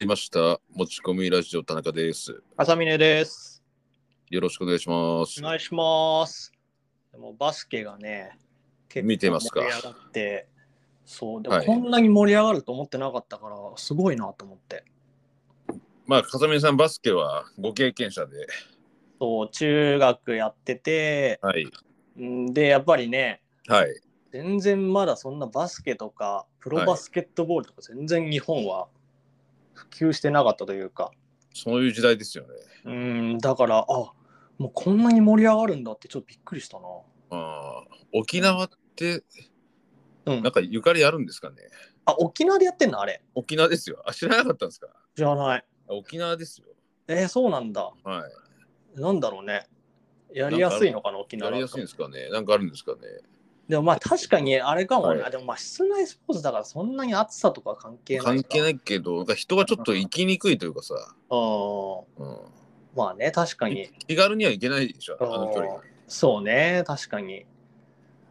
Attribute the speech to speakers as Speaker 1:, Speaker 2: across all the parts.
Speaker 1: りました。持ち込みラジオ田中です。
Speaker 2: あさみねです。
Speaker 1: よろしくお願いします
Speaker 2: お。願いします。でもバスケがね、結構
Speaker 1: 見てますか
Speaker 2: 盛り上がって、そう、で
Speaker 1: は
Speaker 2: も
Speaker 1: い
Speaker 2: こんなに盛り上がると思ってなかったから、すごいなと思って。
Speaker 1: まあ、風見さん、バスケはご経験者で。
Speaker 2: そう、中学やってて、
Speaker 1: はい。
Speaker 2: んで、やっぱりね、
Speaker 1: はい。
Speaker 2: 全然まだそんなバスケとか、プロバスケットボールとか、全然日本は普及してなかったというか、
Speaker 1: そういう時代ですよね。
Speaker 2: うん、だから、あもうこんなに盛り上がるんだって、ちょっとびっくりしたな。
Speaker 1: あー沖縄って、
Speaker 2: うん
Speaker 1: なん、かゆかりあるんですかね。
Speaker 2: あ沖縄でやってんのあれ
Speaker 1: 沖縄ですよ。あ、知らなかったんですか。
Speaker 2: じゃない。
Speaker 1: あ沖縄ですよ。
Speaker 2: えー、そうなんだ。
Speaker 1: はい。
Speaker 2: なんだろうね。やりやすいのかな、沖
Speaker 1: や
Speaker 2: 縄
Speaker 1: りやすいんですかね。なんかあるんですかね。
Speaker 2: でもまあ確かにあれかもね。
Speaker 1: はい
Speaker 2: あでもまあ室内スポーツだからそんなに暑さとか関係ないか。。
Speaker 1: 関係ないいけど、なんか人がちょっと行きにくいというかさ。うん。
Speaker 2: まあね、確かに。
Speaker 1: 気軽には行けないでしょ、あの距離
Speaker 2: あー。そうね、確かに。い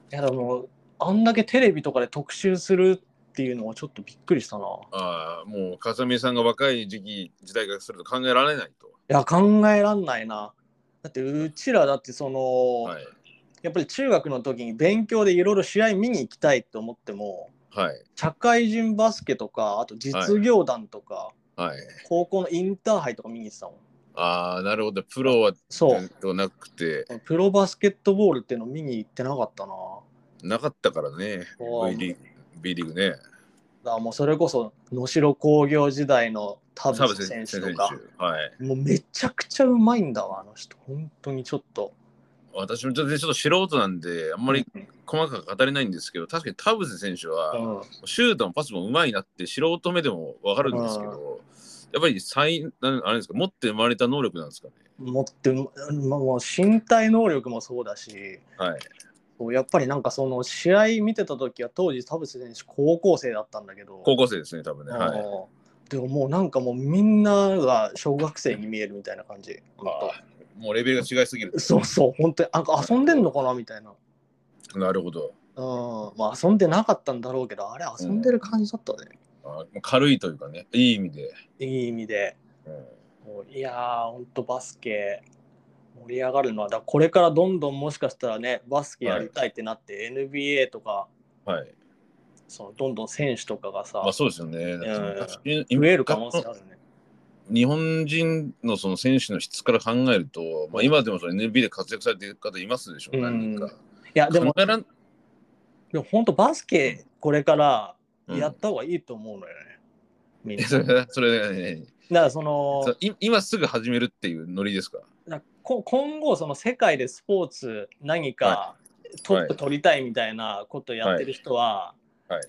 Speaker 2: やでも、あんだけテレビとかで特集するっていうのはちょっとびっくりしたな。い
Speaker 1: ああ、もう風見さんが若い時期、時代からすると考えられないと。
Speaker 2: や、考えらんないな。だってうちらだってその、
Speaker 1: はい。
Speaker 2: やっぱり中学の時に勉強でいろいろ試合見に行きたいと思っても、
Speaker 1: はい。
Speaker 2: 社会人バスケとか、あと実業団とか、
Speaker 1: はい。
Speaker 2: 高校のインターハイとか見に行ってたもん。
Speaker 1: ああ、なるほど。プロは
Speaker 2: そう。
Speaker 1: となくて、
Speaker 2: プロバスケットボールっていうの見に行ってなかったな。
Speaker 1: なかったからね。
Speaker 2: そう
Speaker 1: V リーグ B リーグね。
Speaker 2: だからもうそれこそ能代工業時代の田
Speaker 1: サブ
Speaker 2: 臥
Speaker 1: 選
Speaker 2: 選
Speaker 1: 手選
Speaker 2: 手と
Speaker 1: 手
Speaker 2: か。。
Speaker 1: はい。
Speaker 2: もうめちゃくちゃうまいんだわ、あの人。本当にちょっと。
Speaker 1: 私もちょっとちょっと素人なんで、あんまり
Speaker 2: うん
Speaker 1: 細かく語れないんですけど、確かに田臥選手は、
Speaker 2: うん
Speaker 1: シュートもパスもうまいなって素人目でもわかるんですけど、やっぱり才なんあれですか持って生まれた能力なんですかね。
Speaker 2: 持ってももう身体能力もそうだし、
Speaker 1: はい。
Speaker 2: そうやっぱりなんかその試合見てた時は当時田臥選手高校生だったんだけど、
Speaker 1: 高校生ですね、多分ね。はい。
Speaker 2: うんでももうなんかもうみんなが小学生に見えるみたいな感じ。本当
Speaker 1: あーもうレベルが違いすぎる。
Speaker 2: そうそう、本当になんか遊んでんのかなみたいな。
Speaker 1: なるほど。
Speaker 2: うん、まあ遊んでなかったんだろうけど、あれ遊んでる感じだったね。
Speaker 1: あーもう軽いというかね、いい意味で。
Speaker 2: いい意味で。
Speaker 1: うん
Speaker 2: もういやー、ほんとバスケ盛り上がるのは、だからこれからどんどんもしかしたらね、バスケやりたいってなって、NBA とか、
Speaker 1: はい。
Speaker 2: そのどんどん選手とかがさ
Speaker 1: まあ、そうですよね。
Speaker 2: ん
Speaker 1: 増
Speaker 2: 増える可能性あるね。
Speaker 1: 日本人のその選手の質から考えると、まあ、今でもその NBA で活躍されている方いますでしょう、
Speaker 2: うん
Speaker 1: 何人か。
Speaker 2: いや、でも、
Speaker 1: 考えらん
Speaker 2: でもほんとバスケこれから
Speaker 1: うん
Speaker 2: やった方がいいと思うのよね。みん な。
Speaker 1: そ
Speaker 2: だか
Speaker 1: れそれ、ね、
Speaker 2: らその
Speaker 1: そ、い今すぐ始めるっていうノリですか
Speaker 2: なんかこ今後その世界でスポーツ何かトップ取りたいみたいなことやってる人は、
Speaker 1: はい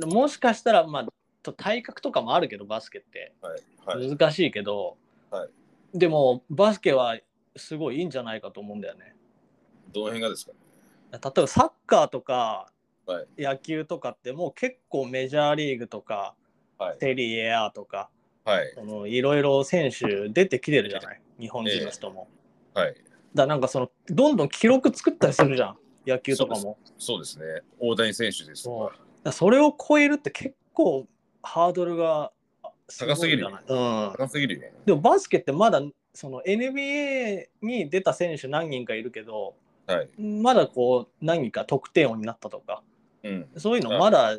Speaker 1: は
Speaker 2: もしかしたらまあと体格とかもあるけどバスケって
Speaker 1: はい。はい。
Speaker 2: 難しいけど、
Speaker 1: はい
Speaker 2: でもバスケはすごいいいんじゃないかと思うんだよね。
Speaker 1: どの辺がですか
Speaker 2: 例えばサッカーとか
Speaker 1: はい
Speaker 2: 野球とかってもう結構メジャーリーグとか、
Speaker 1: はい
Speaker 2: セリエ A とか
Speaker 1: はい。
Speaker 2: そのいろいろ選手出てきてるじゃない日本人の人も。
Speaker 1: はい。
Speaker 2: だからなんかそのどんどん記録作ったりするじゃん野球とか
Speaker 1: そ
Speaker 2: も
Speaker 1: そうですね。大谷選手ですと
Speaker 2: そう
Speaker 1: か。
Speaker 2: だからそれを超えるって結構ハードルがごいじゃないうん、
Speaker 1: 高すぎるよ。
Speaker 2: でもバスケってまだその NBA に出た選手何人かいるけど
Speaker 1: はい。
Speaker 2: まだこう何人か得点王になったとか
Speaker 1: うん。
Speaker 2: そういうのまだ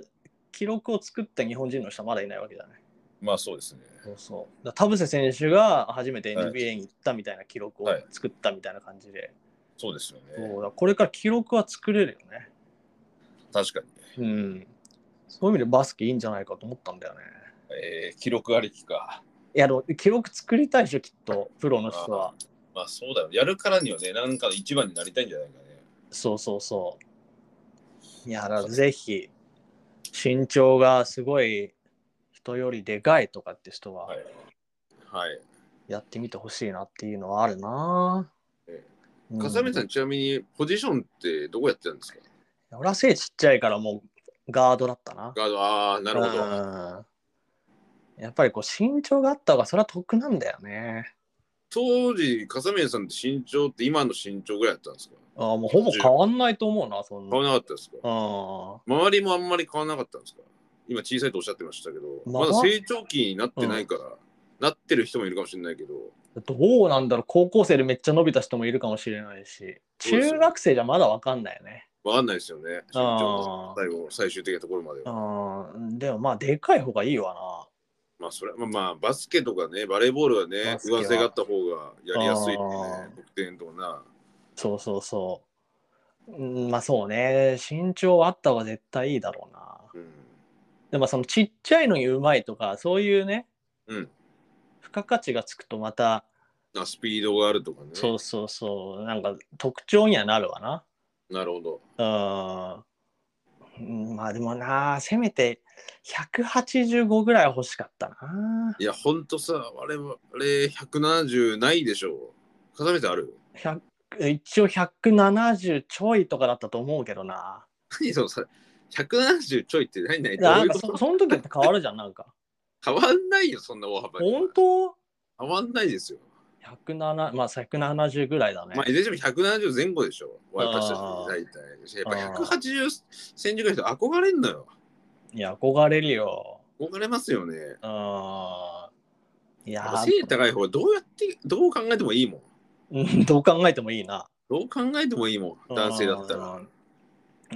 Speaker 2: 記録を作った日本人の人はまだいないわけじゃない
Speaker 1: まあそうですね。
Speaker 2: そうそうだから田臥選手が初めて
Speaker 1: はい
Speaker 2: NBA に行ったみたいな記録を
Speaker 1: はい
Speaker 2: 作ったみたいな感じで、
Speaker 1: そうですよ
Speaker 2: そう
Speaker 1: ね。
Speaker 2: だからこれから記録は作れるよね
Speaker 1: 確かに。
Speaker 2: うん、そういう意味でバスケいいんじゃないかと思ったんだよね。
Speaker 1: えー記録ありきか。
Speaker 2: いや、でも記録作りたいでしょ、きっと、プロの人は。
Speaker 1: まあそうだよ。やるからにはね、なんかの一番になりたいんじゃないかね。
Speaker 2: そうそうそう。いや、だからぜひ、身長がすごい人よりでかいとかって人は
Speaker 1: はい。はい。
Speaker 2: やってみてほしいなっていうのはあるな。
Speaker 1: ええ
Speaker 2: うん
Speaker 1: 笠見さん、ちなみにポジションってどこやってるんですか
Speaker 2: 俺は背ちっちゃいからもうガードだったな。
Speaker 1: ガード、ああ、なるほど。
Speaker 2: ど。やっぱりこう身長があった方がそれは得なんだよね。
Speaker 1: 当時、笠見さんって身長って今の身長ぐらいだったんですか
Speaker 2: ああもうほぼ変わんないと思うな、そんな
Speaker 1: 変わ。らなかったですか
Speaker 2: あ
Speaker 1: 周りもあんまり変わらなかったんですか今小さいとおっしゃってましたけど、
Speaker 2: まあ
Speaker 1: まだ成長期になってないから、なってる人もいるかもしれないけど、
Speaker 2: どうなんだろう高校生でめっちゃ伸びた人もいるかもしれないし
Speaker 1: そうです
Speaker 2: 中
Speaker 1: よ
Speaker 2: 学生じゃまだわかんないよね
Speaker 1: わかんないですよね。身
Speaker 2: あ
Speaker 1: 長
Speaker 2: ー
Speaker 1: の最後、最終的なところまでは。
Speaker 2: うんでもまあでかい方がいいわ
Speaker 1: まあ、それはまあまあ、バスケとかね、バレーボールはね
Speaker 2: バ、スケは
Speaker 1: 上背があった方がやりやすいよ
Speaker 2: あ
Speaker 1: ね
Speaker 2: ー、
Speaker 1: 得点とかな。
Speaker 2: なそうそうそううんまあそうね身長はあった方が絶対いいだろうな
Speaker 1: うん。
Speaker 2: でもそのちっちゃいのにうまいとかそういうね
Speaker 1: うん。
Speaker 2: 付加価値がつくとまた
Speaker 1: あスピードがあるとかね。
Speaker 2: そうそうそうなんか特徴にはなるわな
Speaker 1: なるほど。
Speaker 2: うんうんまあでもなせめて185ぐらい欲しかったない
Speaker 1: や、ほんとさ、あれ、あれ170ないでしょう。片目てある
Speaker 2: 100一応170ちょいとかだったと思うけどな
Speaker 1: 何そのさ、170ちょいって何何どう
Speaker 2: ないん
Speaker 1: う
Speaker 2: か
Speaker 1: こ
Speaker 2: そ
Speaker 1: と
Speaker 2: その時って変わるじゃんな んか
Speaker 1: 変わんないよ、そんな大幅に。
Speaker 2: 本当
Speaker 1: 変わんないですよ。
Speaker 2: 107まあ170ぐらいだね、
Speaker 1: まあ、いずれにしても170前後でしょ。私たち大体。やっぱ180センチぐらいの人憧れんのよ。
Speaker 2: いや憧れるよ
Speaker 1: 憧れますよね。
Speaker 2: うんいや
Speaker 1: やっぱ背高い方がどうやって、どう考えてもいいもん。
Speaker 2: うんどう考えてもいいな
Speaker 1: どう考えてもいいもん、男性だったら。
Speaker 2: うん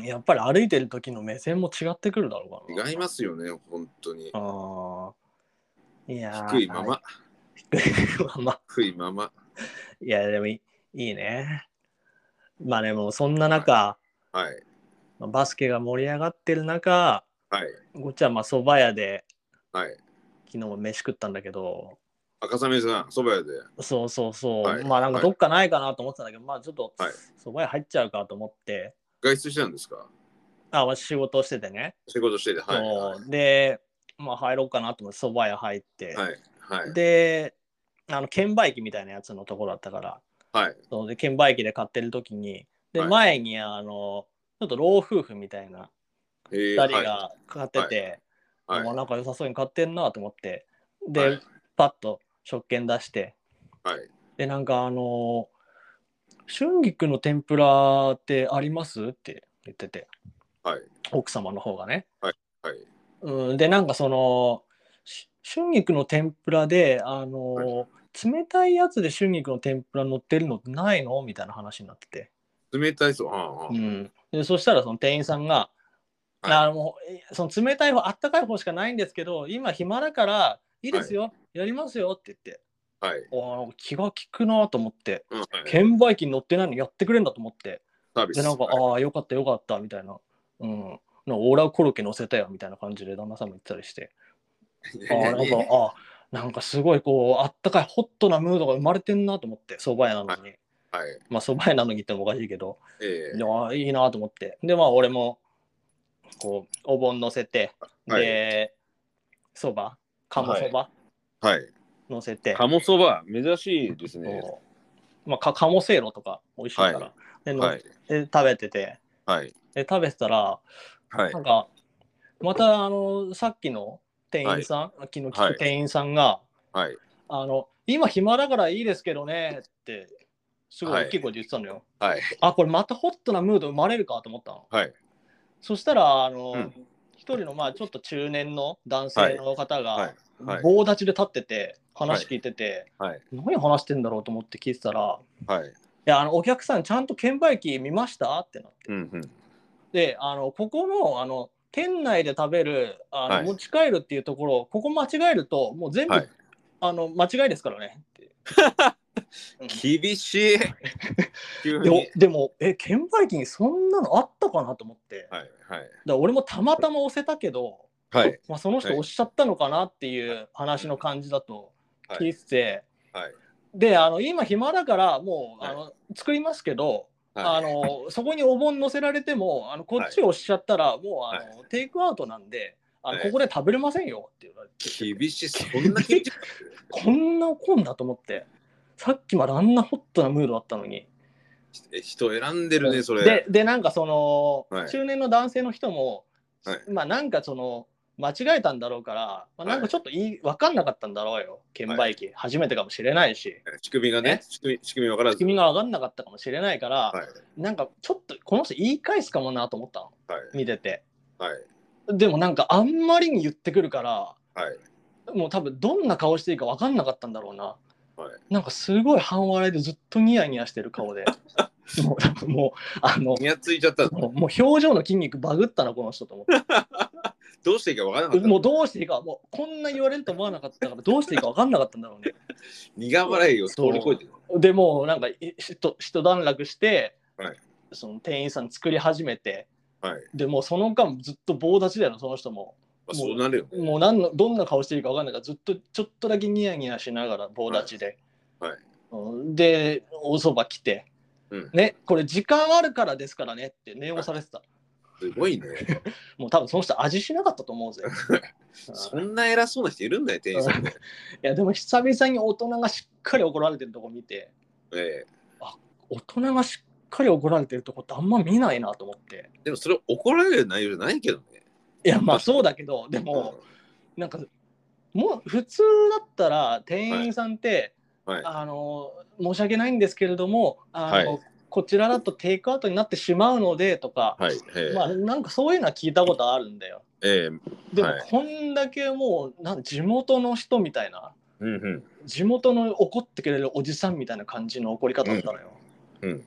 Speaker 2: やっぱり歩いてる時の目線も違ってくるだろうからな
Speaker 1: 違いますよね、本当に。
Speaker 2: あーいやー
Speaker 1: 低いまま、
Speaker 2: 低いまま
Speaker 1: 低いまま。
Speaker 2: いやでもいいいいねまあでもそんな中
Speaker 1: はい。
Speaker 2: バスケが盛り上がってる中
Speaker 1: はい。
Speaker 2: ごっちゃんまあそば屋で
Speaker 1: はい。
Speaker 2: 昨日も飯食ったんだけど
Speaker 1: 赤サメさん、そば屋で。
Speaker 2: そうそうそう、
Speaker 1: はい
Speaker 2: まあなんかどっかないかなと思ってたんだけど、まあちょっと
Speaker 1: はい
Speaker 2: そば屋入っちゃうかと思って
Speaker 1: 外出してたんですか
Speaker 2: あまあ仕事をしててね、
Speaker 1: 仕事してて。はい。は
Speaker 2: そうでまあ入ろうかなと思ってそば屋入って、
Speaker 1: い。はい。はい。
Speaker 2: であの券売機みたいなやつのところだったから
Speaker 1: はい。
Speaker 2: そうで券売機で買ってる時にで、
Speaker 1: はい
Speaker 2: 前にあのちょっと老夫婦みたいな
Speaker 1: え
Speaker 2: 2
Speaker 1: ー
Speaker 2: 人が買ってて、
Speaker 1: はい
Speaker 2: もう
Speaker 1: はい
Speaker 2: なんか良さそうに買ってんなと思ってで、
Speaker 1: はい
Speaker 2: パッと食券出して
Speaker 1: はい。
Speaker 2: でなんかあの春菊の天ぷらってあります?」って言ってて
Speaker 1: はい。
Speaker 2: 奥様の方がね。
Speaker 1: はい。
Speaker 2: うん、でなんかそのし春菊の天ぷらであの、
Speaker 1: は
Speaker 2: 冷たいやつで春菊の天ぷら乗ってるのってないのみたいな話になってて、
Speaker 1: 冷たいそう。はあ
Speaker 2: う
Speaker 1: は
Speaker 2: ん、でそしたらその店員さんが「
Speaker 1: はい
Speaker 2: あのもうえその冷たい方あったかい方しかないんですけど今暇だからいいですよ、やりますよ」って言って
Speaker 1: あはい。
Speaker 2: おー気が利くなと思って
Speaker 1: うんはい
Speaker 2: 券売機に乗ってないのやってくれんだと思って
Speaker 1: サービス。
Speaker 2: でなんか「
Speaker 1: はい
Speaker 2: ああよかったよかった」みたいな「うん、なんかオーラコロッケ乗せたよ」みたいな感じで旦那さんも言ってたりして。 あーなんか、あなんかすごいこう、あったかい、ホットなムードが生まれてんなと思って、蕎麦屋なのに。
Speaker 1: はい。
Speaker 2: まあ、蕎麦屋なのにってもおかしいけど、
Speaker 1: ええ
Speaker 2: いやいいなと思って。で、まあ、俺も、こう、お盆乗せて、
Speaker 1: はい。
Speaker 2: で、蕎麦、鴨蕎麦
Speaker 1: はい。
Speaker 2: 乗せて、
Speaker 1: 鴨そば、珍しいですね。
Speaker 2: そうまあ、か鴨せいろとか美味しいから、
Speaker 1: はい
Speaker 2: での
Speaker 1: はい。
Speaker 2: で食べてて、
Speaker 1: はい。
Speaker 2: で食べてたら、
Speaker 1: はい
Speaker 2: な。んか、また、あの、さっきの店員さん、昨日聞く店員さんが、
Speaker 1: はい。
Speaker 2: あの今暇だからいいですけどねってすごい大きい声で言ってたのよ、
Speaker 1: はい。
Speaker 2: あこれまたホットなムード生まれるかと思ったの
Speaker 1: はい。
Speaker 2: そしたらあの、
Speaker 1: うん
Speaker 2: 一人のまあちょっと中年の男性の方が、
Speaker 1: はい。はい。
Speaker 2: 棒立ちで立ってて話聞いてて、
Speaker 1: はい。
Speaker 2: 何話してんだろうと思って聞いてたら「
Speaker 1: はい。
Speaker 2: いやあのお客さんちゃんと券売機見ました?」ってなって
Speaker 1: うんうん。
Speaker 2: であのここのあの店内で食べるあの、
Speaker 1: はい
Speaker 2: 持ち帰るっていうところここ間違えるともう全部、
Speaker 1: はい
Speaker 2: あの間違いですからねって
Speaker 1: 厳しい。 急に。
Speaker 2: ででもえ券売機にそんなのあったかなと思って、だか
Speaker 1: はい。はい。
Speaker 2: ら俺もたまたま押せたけど、
Speaker 1: はい。
Speaker 2: まあ、その人
Speaker 1: はい
Speaker 2: おっしゃったのかなっていう話の感じだと
Speaker 1: はい
Speaker 2: 聞いてて、
Speaker 1: はい。
Speaker 2: であの今暇だからもう、
Speaker 1: はい
Speaker 2: あの作りますけど、あ
Speaker 1: はい。
Speaker 2: のそこにお盆載せられてもあのこっちを押しちゃったらもうあの、テイクアウトなんであの、
Speaker 1: はい
Speaker 2: ここで食べれませんよって言われて
Speaker 1: 厳しい。そんな厳しい。
Speaker 2: こんな怒んだと思ってさっきまであんなホットなムードだったのに。
Speaker 1: え人選んでるね、それ。
Speaker 2: ででなんかその、
Speaker 1: はい
Speaker 2: 中年の男性の人も、
Speaker 1: はい
Speaker 2: まあなんかその間違えたんだろうから、まあ、なんかちょっといい、わかんなかったんだろうよ券売機、初めてかもしれないし
Speaker 1: 仕組みがね
Speaker 2: え、
Speaker 1: 仕組み仕組み分からず。
Speaker 2: 君が分かんなかったかもしれないから、
Speaker 1: はい。
Speaker 2: なんかちょっとこの人言い返すかもなと思ったの
Speaker 1: はい。
Speaker 2: 見てて
Speaker 1: はい。
Speaker 2: でもなんかあんまりに言ってくるから、
Speaker 1: はい
Speaker 2: もう多分どんな顔していいか分かんなかったんだろうな。
Speaker 1: はい
Speaker 2: なんかすごい半笑いでずっとニヤニヤして る顔でもうもうあの
Speaker 1: ニヤついちゃったの
Speaker 2: もう表情の筋肉バグったなこの人と思っ
Speaker 1: どうしていいかわからなか
Speaker 2: て
Speaker 1: った
Speaker 2: も
Speaker 1: の
Speaker 2: うどうしていいかもうこんな言われると思わなかったからどうしていいか分かんなかったんだろ うね。
Speaker 1: 苦笑いを通り越えてる
Speaker 2: でもうなんかいひとひと段落して、
Speaker 1: はい
Speaker 2: その店員さん作り始めて
Speaker 1: はい、
Speaker 2: でもうその間ずっと棒立ちだよなその人も
Speaker 1: まあ、そうなるよね
Speaker 2: もう何のどんな顔していいか分かんないからずっとちょっとだけニヤニヤしながら棒立ちで、
Speaker 1: はいはい
Speaker 2: うんでおそば来て、
Speaker 1: うん
Speaker 2: ねこれ時間あるからですからねって念をされてた、
Speaker 1: すごい ね
Speaker 2: もう多分その人味しなかった と思うぜうん
Speaker 1: そんな偉そうな人いるんだよ店員さんで、
Speaker 2: いやでも久々に大人がしっかり怒られてるとこ見て
Speaker 1: え
Speaker 2: 大人がしっかり怒られてるとこってあんま見ないなと思って。
Speaker 1: えでもそれ怒られる内容じゃないけどね
Speaker 2: いやまあそうだけどでもなんかもう普通だったら店員さんって、
Speaker 1: はいは
Speaker 2: あの申し訳ないんですけれどもあの、
Speaker 1: は
Speaker 2: こちらだとテイクアウトになってしまうのでとか、
Speaker 1: はいええ
Speaker 2: まあなんかそういうのは聞いたことあるんだよ
Speaker 1: ええ
Speaker 2: でも
Speaker 1: はい
Speaker 2: こんだけもうなん地元の人みたいな
Speaker 1: うんうん
Speaker 2: 地元の怒ってくれるおじさんみたいな感じの怒り方だったのよ、
Speaker 1: うんうん
Speaker 2: うん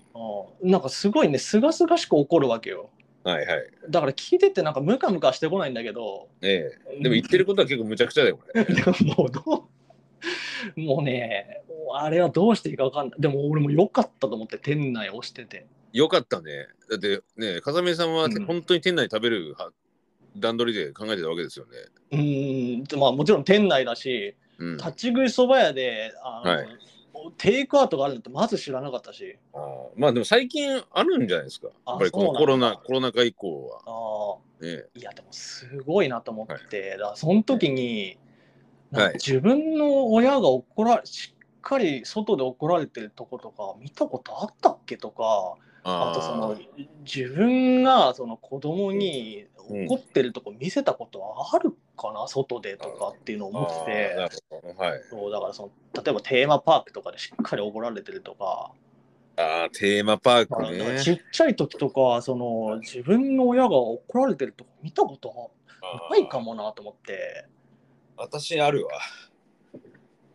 Speaker 2: なんかすごいねすがすがしく怒るわけよ
Speaker 1: はいはい
Speaker 2: だから聞いててなんかムカムカしてこないんだけど
Speaker 1: ええでも言ってることは結構むちゃくちゃだよこれ
Speaker 2: でももうどうもうねもうあれはどうしていいか分かんないでも俺も良かったと思って店内押してて
Speaker 1: よかったねだってね風見さんは
Speaker 2: うん
Speaker 1: 本当に店内食べるは段取りで考えてたわけですよね
Speaker 2: うーんまあもちろん店内だし
Speaker 1: うん
Speaker 2: 立ち食いそば屋であの、
Speaker 1: はい
Speaker 2: テイクアウトがあるなんてまず知らなかったし
Speaker 1: あーまあでも最近あるんじゃないですか
Speaker 2: あ
Speaker 1: やっぱりこの
Speaker 2: そうなんだ
Speaker 1: コロナコロナ禍以降は
Speaker 2: ああ
Speaker 1: ね
Speaker 2: いやでもすごいなと思って、だからその時に、
Speaker 1: はい
Speaker 2: なんか自分の親が怒らしっかり外で怒られてるとことか見たことあったっけとかあとその自分がその子供に
Speaker 1: うん
Speaker 2: 怒ってるとこ見せたことはあるかな、外でとかっていうのを思って
Speaker 1: あーな
Speaker 2: て
Speaker 1: るほどはい
Speaker 2: そうだからその例えばテーマパークとかでしっかり怒られてるとか、
Speaker 1: あーテーマパー
Speaker 2: まあ
Speaker 1: クね
Speaker 2: ちっちゃい時とかその自分の親が怒られてるとこ見たことないか
Speaker 1: も
Speaker 2: もなと思って
Speaker 1: 私あるわ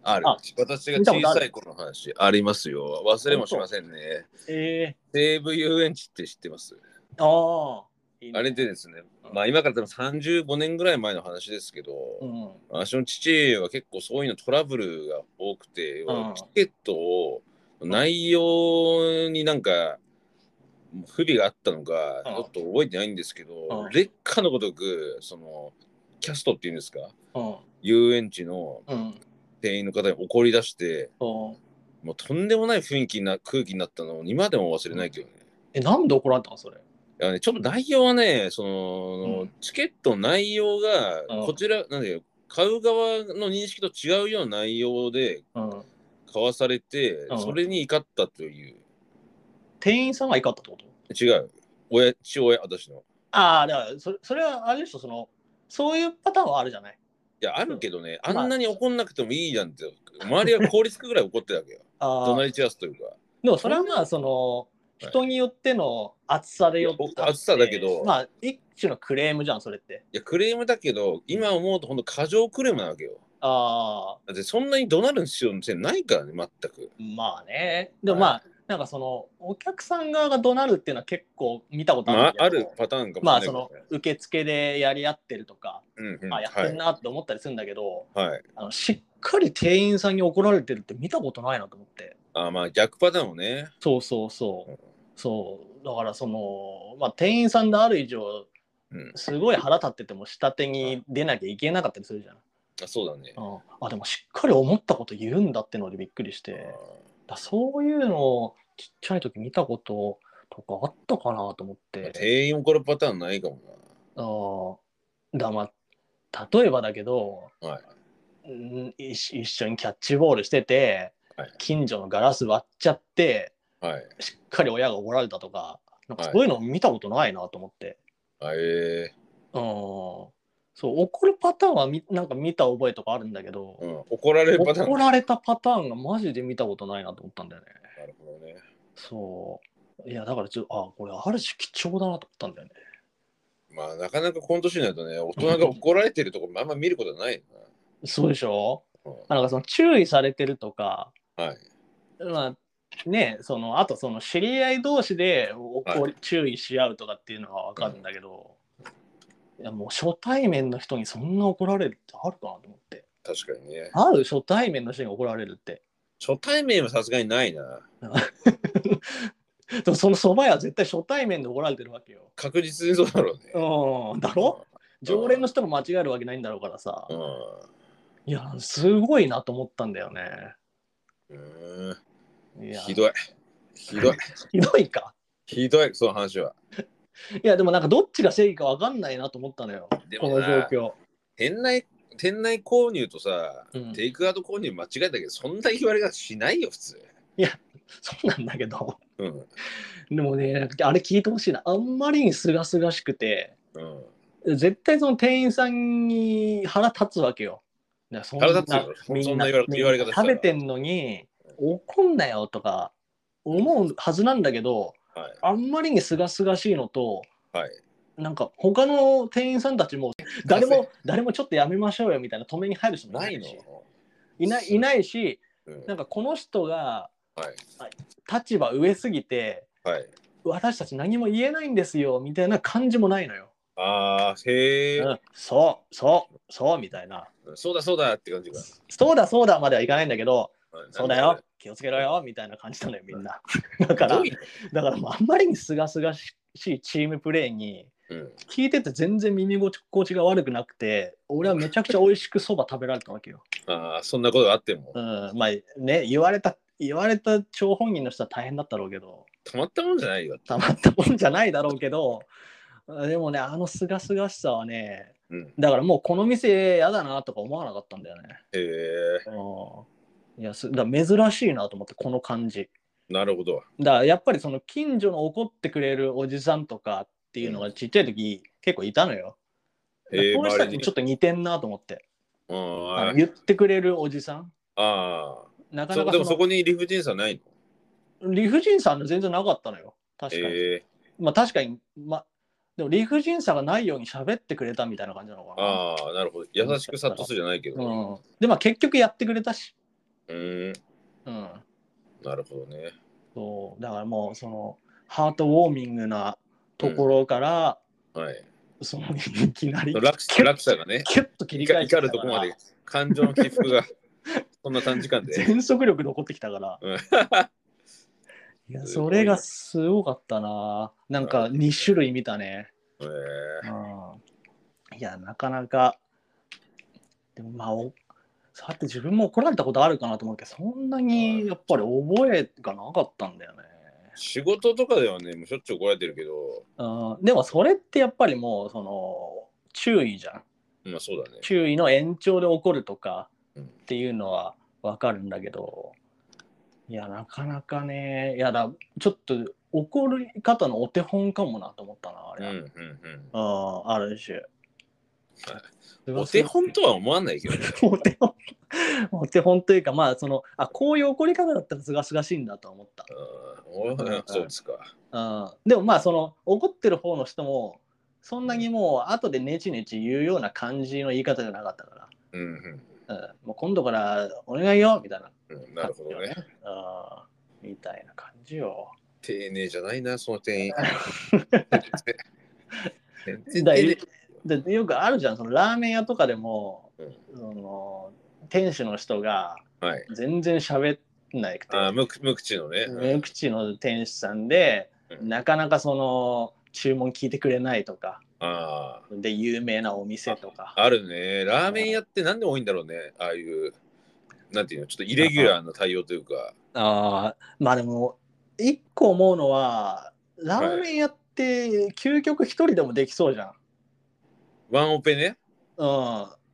Speaker 1: ある
Speaker 2: あ
Speaker 1: 私が
Speaker 2: 見たこ
Speaker 1: 小
Speaker 2: とある
Speaker 1: さい頃の話ありますよ忘れもしませんね
Speaker 2: え
Speaker 1: 西武遊園地って知ってます
Speaker 2: ー、ああいいね
Speaker 1: あれでですね、まあ今から多分35年ぐらい前の話ですけど、
Speaker 2: うん
Speaker 1: 私の父は結構そういうのトラブルが多くて、
Speaker 2: うん
Speaker 1: チケットを内容になんか不備があったのか、
Speaker 2: うん
Speaker 1: ちょっと覚えてないんですけど、
Speaker 2: うん
Speaker 1: 劣化のごとく、そのキャストっていうんですか、
Speaker 2: うん
Speaker 1: 遊園地の
Speaker 2: うん
Speaker 1: 店員の方に怒り出して、
Speaker 2: そう
Speaker 1: もうとんでもない雰囲気な空気になったのを今でも忘れないけどね。
Speaker 2: えなんで怒られたのそれ
Speaker 1: いやね、ちょっと内容はね、その、
Speaker 2: うん
Speaker 1: チケットの内容が、
Speaker 2: うん
Speaker 1: こちら、なんだよ、買う側の認識と違うような内容で
Speaker 2: うん
Speaker 1: 買わされて、
Speaker 2: うん
Speaker 1: それに怒ったという、
Speaker 2: 店員さんが怒ったってこと
Speaker 1: 違う、親、父親、私の。
Speaker 2: ああ、だからそれ、それはあれでしょ、その、そういうパターンはあるじゃない。
Speaker 1: いや、あるけどね、あ
Speaker 2: うん
Speaker 1: んなに怒んなくてもいいじゃんって、周りは効率くぐらい怒ってたわけよ。
Speaker 2: ああ
Speaker 1: 隣散らすというか。
Speaker 2: でもそれはまあ、その、
Speaker 1: はい
Speaker 2: 人によっての厚さでよって
Speaker 1: いや厚さだけど
Speaker 2: まあ、一種のクレームじゃん、それって。
Speaker 1: いや、クレームだけど、今思うと本当過剰クレームなわけよ。
Speaker 2: ああ、
Speaker 1: だってそんなに怒鳴る必要ないからね、全く。
Speaker 2: まあね。でもまあ、
Speaker 1: は
Speaker 2: なんかその、お客さん側が怒鳴るっていうのは結構見たことあるん
Speaker 1: まあ
Speaker 2: だけ、ど
Speaker 1: あるパターンか
Speaker 2: ま
Speaker 1: も
Speaker 2: あ、
Speaker 1: し
Speaker 2: そ
Speaker 1: れな
Speaker 2: の
Speaker 1: いけどね、
Speaker 2: 受付でやり合ってるとか、
Speaker 1: うんうん
Speaker 2: あやってんなって思ったりするんだけど、
Speaker 1: はい。はい
Speaker 2: あのしっかり店員さんに怒られてるって見たことないなと思って。
Speaker 1: あまあ逆パターンもね。
Speaker 2: そうそうそう。
Speaker 1: うん
Speaker 2: そうだからその、まあ、店員さんである以上
Speaker 1: うん、
Speaker 2: すごい腹立ってても下手に出なきゃいけなかったりするじゃん。
Speaker 1: あそうだね。
Speaker 2: うんあでもしっかり思ったこと言うんだってのでびっくりしてだそういうのをちっちゃい時見たこととかあったかなと思っ
Speaker 1: あー
Speaker 2: て。
Speaker 1: 店員怒るパターンないかも
Speaker 2: うんだまあ例えばだけど、
Speaker 1: な。はい。
Speaker 2: うん一一緒にキャッチボールしてて
Speaker 1: はい
Speaker 2: 近所のガラス割っちゃって
Speaker 1: はい。
Speaker 2: しっかり親が怒られたとかなんか
Speaker 1: はい
Speaker 2: そういうの見たことないなと思って。
Speaker 1: あえ
Speaker 2: うんそう怒るパターンはみなんか見た覚えとかあるんだけど
Speaker 1: ー、うん。怒られるパターン。
Speaker 2: 怒られたパターンがマジで見たことないなと思ったんだよね。
Speaker 1: なるほどね。
Speaker 2: そういやだからちょっとあこれある種貴重だなと思ったんだよね。
Speaker 1: まあ、なかなかこの年になるとね、大人が怒られてるところもあんま見ることはないよ
Speaker 2: そうでしょ
Speaker 1: な。うん
Speaker 2: なんかその注意されてるとか、
Speaker 1: はい。
Speaker 2: まあね、そのあとその知り合い同士で怒
Speaker 1: は
Speaker 2: り、注意し合うとかっていうのは分かるんだけど、いやもう初対面の人にそんな怒られるってあるかなと思って
Speaker 1: 確かにね。
Speaker 2: ある初対面の人に怒られるって
Speaker 1: 初対面はさすがにないな。
Speaker 2: でもそのそば屋は絶対初対面で怒られてるわけよ
Speaker 1: 確実にそうだろうね。
Speaker 2: うんだろ常連の人も間違えるわけないんだろうからさ
Speaker 1: う
Speaker 2: いやすごいなと思ったんだよね
Speaker 1: ん。う
Speaker 2: い
Speaker 1: ーん。
Speaker 2: や
Speaker 1: ひどい。ひどい。
Speaker 2: ひどいか
Speaker 1: ひどい、その話は。
Speaker 2: いやでもなんかどっちが正義か分かんないなと思ったのよ
Speaker 1: で
Speaker 2: こ
Speaker 1: も
Speaker 2: の
Speaker 1: な
Speaker 2: 状況
Speaker 1: 店内、店内購入とさ、
Speaker 2: うん
Speaker 1: テイクアウト購入間違えたけど、そんな言われ方しないよ、普通。
Speaker 2: そうなんだけど
Speaker 1: うん。
Speaker 2: でもね、あれ聞いてほしいな。あんまりにすがすがしくて、
Speaker 1: うん。
Speaker 2: 絶対その店員さんに腹立つわけよ。だからそんな
Speaker 1: 腹立つよそん
Speaker 2: みん
Speaker 1: そん
Speaker 2: な
Speaker 1: な言われ言われ方した
Speaker 2: 食
Speaker 1: ら
Speaker 2: べてんのに怒んなよとか思うはずなんだけど、
Speaker 1: はい。
Speaker 2: あんまりにすがすがしいのと、
Speaker 1: はい。
Speaker 2: なんか他の店員さんたちも誰 も誰もちょっとやめましょうよみたいな止めに入る人も
Speaker 1: ないの
Speaker 2: しいないいないし
Speaker 1: うん。
Speaker 2: なんかこの人が
Speaker 1: はい。
Speaker 2: 立場上すぎて
Speaker 1: はい。
Speaker 2: 私たち何も言えないんですよみたいな感じもないのよ。
Speaker 1: ああ、へえ、
Speaker 2: うんそうそうそうみたいな
Speaker 1: そうだそうだって感じが。
Speaker 2: そうだそうだまではいかないんだけど
Speaker 1: はい
Speaker 2: そうだよ。気をつけろよみたいな感じなのよみん なだか
Speaker 1: ど
Speaker 2: ら
Speaker 1: ういう
Speaker 2: だからもうあんまりにすがすがしいチームプレーに
Speaker 1: うん。
Speaker 2: 聞いてて全然耳心地が悪くなくて俺はめちゃくちゃ美味しくそば食べられたわけよ、
Speaker 1: ああ、そんなことがあっても
Speaker 2: う。ん、まあね言われた言われた張本人の人は大変だったろうけど
Speaker 1: たまったもんじゃないよ。
Speaker 2: たまったもんじゃないだろうけどでもねあのすがすがしさはね
Speaker 1: うん。
Speaker 2: だからもうこの店やだなとか思わなかったんだよね
Speaker 1: へえ、
Speaker 2: うんいやすだから珍しいなと思ってこの感じ
Speaker 1: なるほど。
Speaker 2: だからやっぱりその近所の怒ってくれるおじさんとかっていうのがちっちゃい時、結構いたのよ、
Speaker 1: へえ、
Speaker 2: この人た
Speaker 1: 周
Speaker 2: ち
Speaker 1: りに
Speaker 2: ちょ。っと似てんなと思って、
Speaker 1: うん
Speaker 2: あの
Speaker 1: あー
Speaker 2: 言ってくれるおじさん
Speaker 1: あ
Speaker 2: な
Speaker 1: ー。
Speaker 2: かな
Speaker 1: そで
Speaker 2: かそ
Speaker 1: も
Speaker 2: の
Speaker 1: そこに理不尽さないの。
Speaker 2: 理不尽さは全然なかったのよ確かに、
Speaker 1: ええ
Speaker 2: まあ確かにまあでも理不尽さがないように喋ってくれたみたいな感じなのかな
Speaker 1: ああ、なるほど。優しくさっとするじゃないけど。
Speaker 2: うん、でまあ結局やってくれたし、
Speaker 1: うーん。
Speaker 2: うん、
Speaker 1: なるほどね。
Speaker 2: そうだからもうそのハートウォーミングなところから、
Speaker 1: はい。
Speaker 2: そのいきなりキュ
Speaker 1: 落差
Speaker 2: ッ
Speaker 1: 落差がね、
Speaker 2: キュッと切り替えてき
Speaker 1: 怒
Speaker 2: た
Speaker 1: ると
Speaker 2: か
Speaker 1: こまで
Speaker 2: ら
Speaker 1: 感情の起伏 が、そんな短時間で。
Speaker 2: 全速力残ってきたから
Speaker 1: うん
Speaker 2: いやそれがすごかったななんか2種類見たね、
Speaker 1: ええ
Speaker 2: うん、いやなかなかでもまあおさて自分も怒られたことあるかなと思うけどそんなにやっぱり覚えがなかったんだよね、
Speaker 1: 仕事とかではね、もうしょっちゅう怒られてるけど、
Speaker 2: うん、でもそれってやっぱりもうその注意じゃん
Speaker 1: まあそうだね。
Speaker 2: 注意の延長で起こるとか
Speaker 1: うん
Speaker 2: っていうのは分かるんだけどいやなかなかねいやだちょっと怒り方のお手本かもなと思ったなあ
Speaker 1: うん
Speaker 2: れ、うん、
Speaker 1: うんうん。
Speaker 2: ある種
Speaker 1: お手本とは思わないけどね。
Speaker 2: お手本 お手本というかまあそのあこういう怒り方だったらすがすがしいんだと思った、
Speaker 1: うんおそうですか。
Speaker 2: うん、でもまあその怒ってる方の人もそんなにもう後でネチネチ言うような感じの言い方じゃなかったか
Speaker 1: うんうん
Speaker 2: ら、うん、もう今度からお願いよみたいな
Speaker 1: うん。なるほどね。
Speaker 2: あーみたいな感じよ。
Speaker 1: 丁寧じゃないな、その 店員。全然
Speaker 2: だ
Speaker 1: 丁
Speaker 2: い
Speaker 1: 寧
Speaker 2: でよくあるじゃんそのラーメン屋とかでも、
Speaker 1: うん
Speaker 2: その店主の人が
Speaker 1: はい。
Speaker 2: 全然喋んなくて
Speaker 1: あー、無口無口のね。
Speaker 2: 無口の店主さんで、
Speaker 1: うん
Speaker 2: なかなかその注文聞いてくれないとか
Speaker 1: ああ。
Speaker 2: で有名なお店とか。
Speaker 1: あるね。ラーメン屋ってなんで多いんだろうね。ああいう、なんていうの、ちょっとイレギュラーな対応というか。
Speaker 2: あーまあでも一個思うのはラーメン屋って究極一人でもできそうじゃん。
Speaker 1: ワンオペね。
Speaker 2: うん、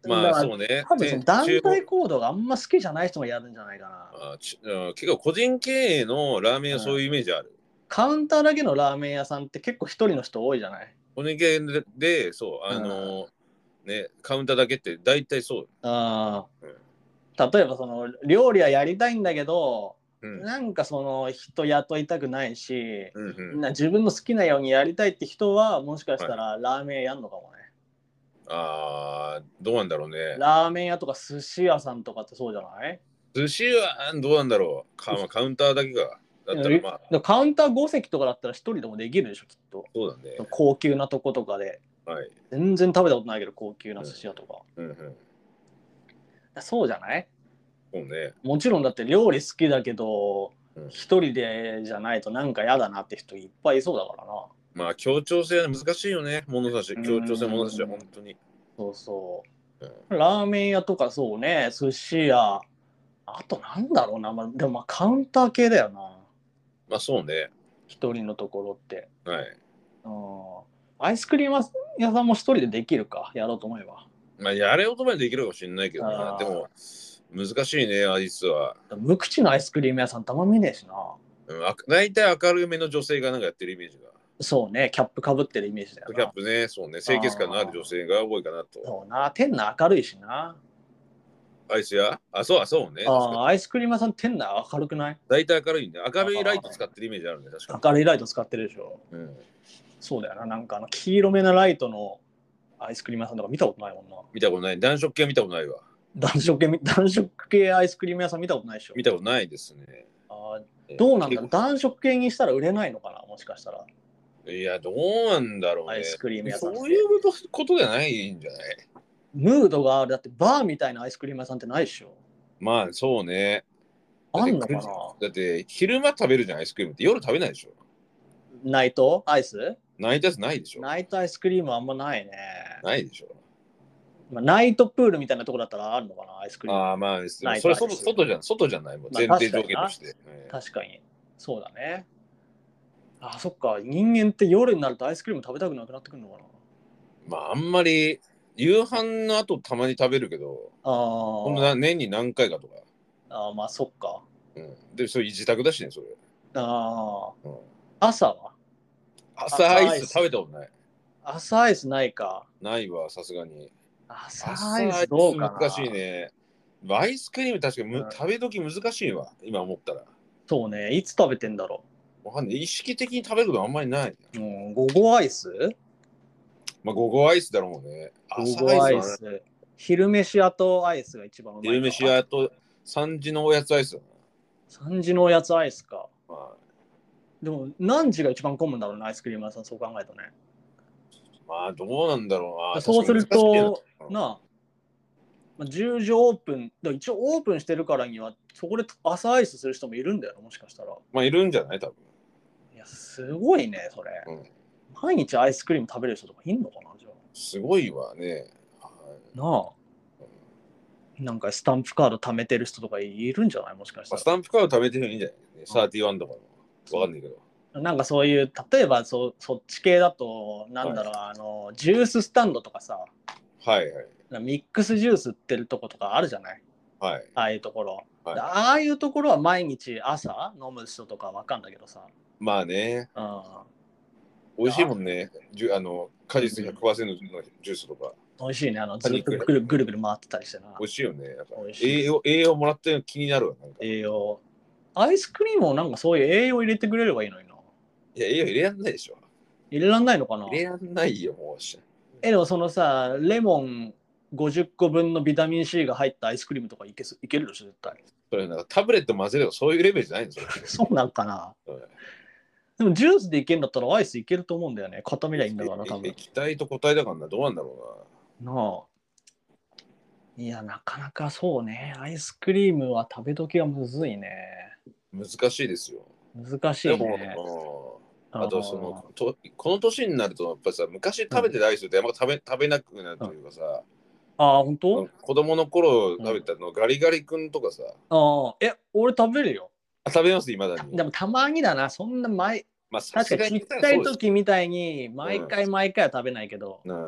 Speaker 1: まあ
Speaker 2: だから
Speaker 1: そうね。
Speaker 2: 多分その団
Speaker 1: 中
Speaker 2: 体行動があんま好きじゃない人もやるんじゃないかな。
Speaker 1: あーちうん結構個人経営のラーメン屋そういうイメージある。
Speaker 2: カウンターだけのラーメン屋さんって結構一人の人多いじゃない。
Speaker 1: 個人経営で、でそう、あのー、ね、カウンターだけって大体そう。
Speaker 2: あ
Speaker 1: うん
Speaker 2: 例えばその料理はやりたいんだけど、
Speaker 1: うん
Speaker 2: なんかその人雇いたくないし、
Speaker 1: うんうん
Speaker 2: な自分の好きなようにやりたいって人はもしかしたらラーメン屋やんのかもね、
Speaker 1: あーどうなんだろうね。
Speaker 2: ラーメン屋とか寿司屋さんとかってそうじゃない
Speaker 1: 寿司はあーどうなんだろう。かまあカウンターだけか。だったらまあ、
Speaker 2: でもカウンター5席とかだったら一人でもできるでしょきっと
Speaker 1: そうだね。
Speaker 2: 高級なとことかで
Speaker 1: はい。
Speaker 2: 全然食べたことないけど高級な寿司屋とか、
Speaker 1: うんうん。
Speaker 2: そうじゃない
Speaker 1: そうね。
Speaker 2: もちろんだって料理好きだけど
Speaker 1: うん
Speaker 2: 一、人でじゃないとなんか嫌だなって人いっぱいいそうだからな
Speaker 1: まあ、協調性は難しいよね。物差し、協調性物差しは本当に。
Speaker 2: そうそう、
Speaker 1: う
Speaker 2: ラーメン屋とかそうね寿司屋あとなんだろうな、まあ、でもまあカウンター系だよな
Speaker 1: まあ、そうね。
Speaker 2: 一人のところって
Speaker 1: はい。
Speaker 2: うんアイスクリーム屋さんも一人でできるかやろうと思えば
Speaker 1: まあ、やれおとまでできるかもしれないけどな。
Speaker 2: あー
Speaker 1: でも、難しいね、あいつは。
Speaker 2: 無口のアイスクリーム屋さんたまん見ねえしな
Speaker 1: うんあ大体明るめの女性がなんかやってるイメージが。
Speaker 2: そうねキャップかぶってるイメージだよ
Speaker 1: キャッ
Speaker 2: な
Speaker 1: プね、そうね。清潔感のある女性が多いかなと。
Speaker 2: そうな店内明るいしな
Speaker 1: アイスやあ、そう、あそうね。
Speaker 2: あ
Speaker 1: 確かに
Speaker 2: ーアイスクリーム屋さん店内明るくない
Speaker 1: 大体明るいんで、明るいライト使ってるイメージあるね、確か
Speaker 2: 明るいライト使ってるでしょ
Speaker 1: に。うん、
Speaker 2: そうだよななんかあの黄色めなライトのアイスクリーム屋さんとか見たことないもんな
Speaker 1: 見たことない。暖色系は見たことないわ。
Speaker 2: 暖 色系暖色系アイスクリーム屋さん見たことないでしょ
Speaker 1: 見たことないですね。
Speaker 2: あーどうなんだろう
Speaker 1: 結
Speaker 2: 暖色系にしたら売れないのかなもしかしたら
Speaker 1: 構いや、どうなんだろう
Speaker 2: アイ
Speaker 1: ね。
Speaker 2: スクリーム屋さんって
Speaker 1: そういうことじゃないんじゃない
Speaker 2: ムードがあるだってバーみたいなアイスクリーム屋さんってないでしょ
Speaker 1: まあ、そうね。
Speaker 2: あんのかな
Speaker 1: だって、昼間食べるじゃん、アイスクリームって。夜食べないでしょ。
Speaker 2: ナイトアイス
Speaker 1: 泣いたやつないでしょ。
Speaker 2: ナイトアイスクリームはあんまないね、
Speaker 1: ないでしょ。
Speaker 2: まあ、ナイトプールみたいなとこだったらあるのかなアイスクリーム
Speaker 1: ああ、まあ、そ
Speaker 2: ない
Speaker 1: れ外
Speaker 2: ない
Speaker 1: 外じゃん、外じゃない。もう
Speaker 2: まあ
Speaker 1: 前提条件として。うん
Speaker 2: 確かにそうだねあそっか人間って夜になるとアイスクリーム食べたくなくなってくるのかな
Speaker 1: まあ、あんまり、夕飯の後たまに食べるけど、
Speaker 2: あ
Speaker 1: ほんと
Speaker 2: ー
Speaker 1: な年に何回かとか。
Speaker 2: あーまあそっか
Speaker 1: うん、で、それ自宅だしね、それ。
Speaker 2: ああ
Speaker 1: うん
Speaker 2: 朝は
Speaker 1: 朝アイス食べたことない。
Speaker 2: 朝アイスないか
Speaker 1: ないわ、さすがに。
Speaker 2: 朝アイスどうかな
Speaker 1: 難しいね。アイスクリーム確かにむ、
Speaker 2: うん
Speaker 1: 食べ時難しいわ、今思ったら。
Speaker 2: そうねいつ食べてんだろ
Speaker 1: わかんない。意識的に食べることあんまりない。
Speaker 2: う、うん、午後アイス
Speaker 1: まあ、午後アイスだろうね。
Speaker 2: 午
Speaker 1: 朝
Speaker 2: 後
Speaker 1: ア
Speaker 2: ア
Speaker 1: イ
Speaker 2: イ
Speaker 1: スはね。
Speaker 2: ス昼飯後アイスが一番うまい
Speaker 1: 昼飯屋と3時のおやつアイスだな。
Speaker 2: 3時のおやつアイスか
Speaker 1: ま
Speaker 2: でも何時が一番混むんだろうねアイスクリーム屋さんそう考えるとね
Speaker 1: あ、まあ、どうなんだろうな。
Speaker 2: そうする
Speaker 1: 確かに難し
Speaker 2: と
Speaker 1: いな、
Speaker 2: なあ、まあ、10時オープンだ一応オープンしてるからにはそこで朝アイスする人もいるんだよなもしかしたら
Speaker 1: まあ、いるんじゃない多分。
Speaker 2: いやすごいねそれ、
Speaker 1: うん
Speaker 2: 毎日アイスクリーム食べれる人とかいんのかなじゃあ
Speaker 1: すごいわね。はい
Speaker 2: なあなんかスタンプカード貯めてる人とかいるんじゃないもしかし
Speaker 1: ま
Speaker 2: た
Speaker 1: あ、ス
Speaker 2: ら
Speaker 1: タンプカード食べてるのいいんじゃない、ね、?31 とかの。わかんないけど。
Speaker 2: なんかそういう例えばそそっち系だとなんだろう、あのジューススタンドとかさ
Speaker 1: はいはい。
Speaker 2: ミックスジュース売ってるとことかあるじゃない
Speaker 1: はい。
Speaker 2: ああいうところ、
Speaker 1: はい
Speaker 2: でああいうところは毎日朝飲む人とかわかんだけどさ、
Speaker 1: まあね、
Speaker 2: うん、
Speaker 1: 美味しいもんね。じゅあの果実100%のジュースとか。
Speaker 2: 美味しいねあの
Speaker 1: 果
Speaker 2: ず
Speaker 1: 肉
Speaker 2: っとぐるぐるぐる回ってたりしてな
Speaker 1: 美味しいよね。なんか
Speaker 2: 美味しい
Speaker 1: 栄養栄養もらってるの気になるわ。なんかい
Speaker 2: 栄養アイスクリームをなんかそういう栄養入れてくれればいいのにな
Speaker 1: や、栄養入れらんないでしょ。
Speaker 2: 入れらんないのかな
Speaker 1: 入れらんないよ、もうし。
Speaker 2: えでもそのさレモン50個分のビタミン C が入ったアイスクリームとかいけすいけるでしょ絶対
Speaker 1: それなんかタブレット混ぜればそういうレベルじゃないんですよ。
Speaker 2: そうなん かな
Speaker 1: はい
Speaker 2: でもジュースでいけんだったらアイスいけると思うんだよね固めりゃいいんだから多分
Speaker 1: 液体と固体だからな、どうなんだろ
Speaker 2: なあいやなかなかそうねアイスクリームは食べ時がむずいね
Speaker 1: うな。難しいですよ。
Speaker 2: 難しい
Speaker 1: で
Speaker 2: ね
Speaker 1: も、
Speaker 2: あ
Speaker 1: あ
Speaker 2: ー
Speaker 1: とそのと、この年になると、やっぱりさ、昔食べてたアイスってあんま食べ食べなくなるというかさ、
Speaker 2: あー本当
Speaker 1: 子供の頃食べたの、ガリガリ君とかさ、
Speaker 2: あーえ俺食べるよ
Speaker 1: あ食べます、いまだに
Speaker 2: で。もたまにだなそんな毎
Speaker 1: まあ、さす
Speaker 2: 確か
Speaker 1: が
Speaker 2: に
Speaker 1: に
Speaker 2: ちっちゃい
Speaker 1: そうです
Speaker 2: 時みたいに毎回毎回は食べないけど、
Speaker 1: うん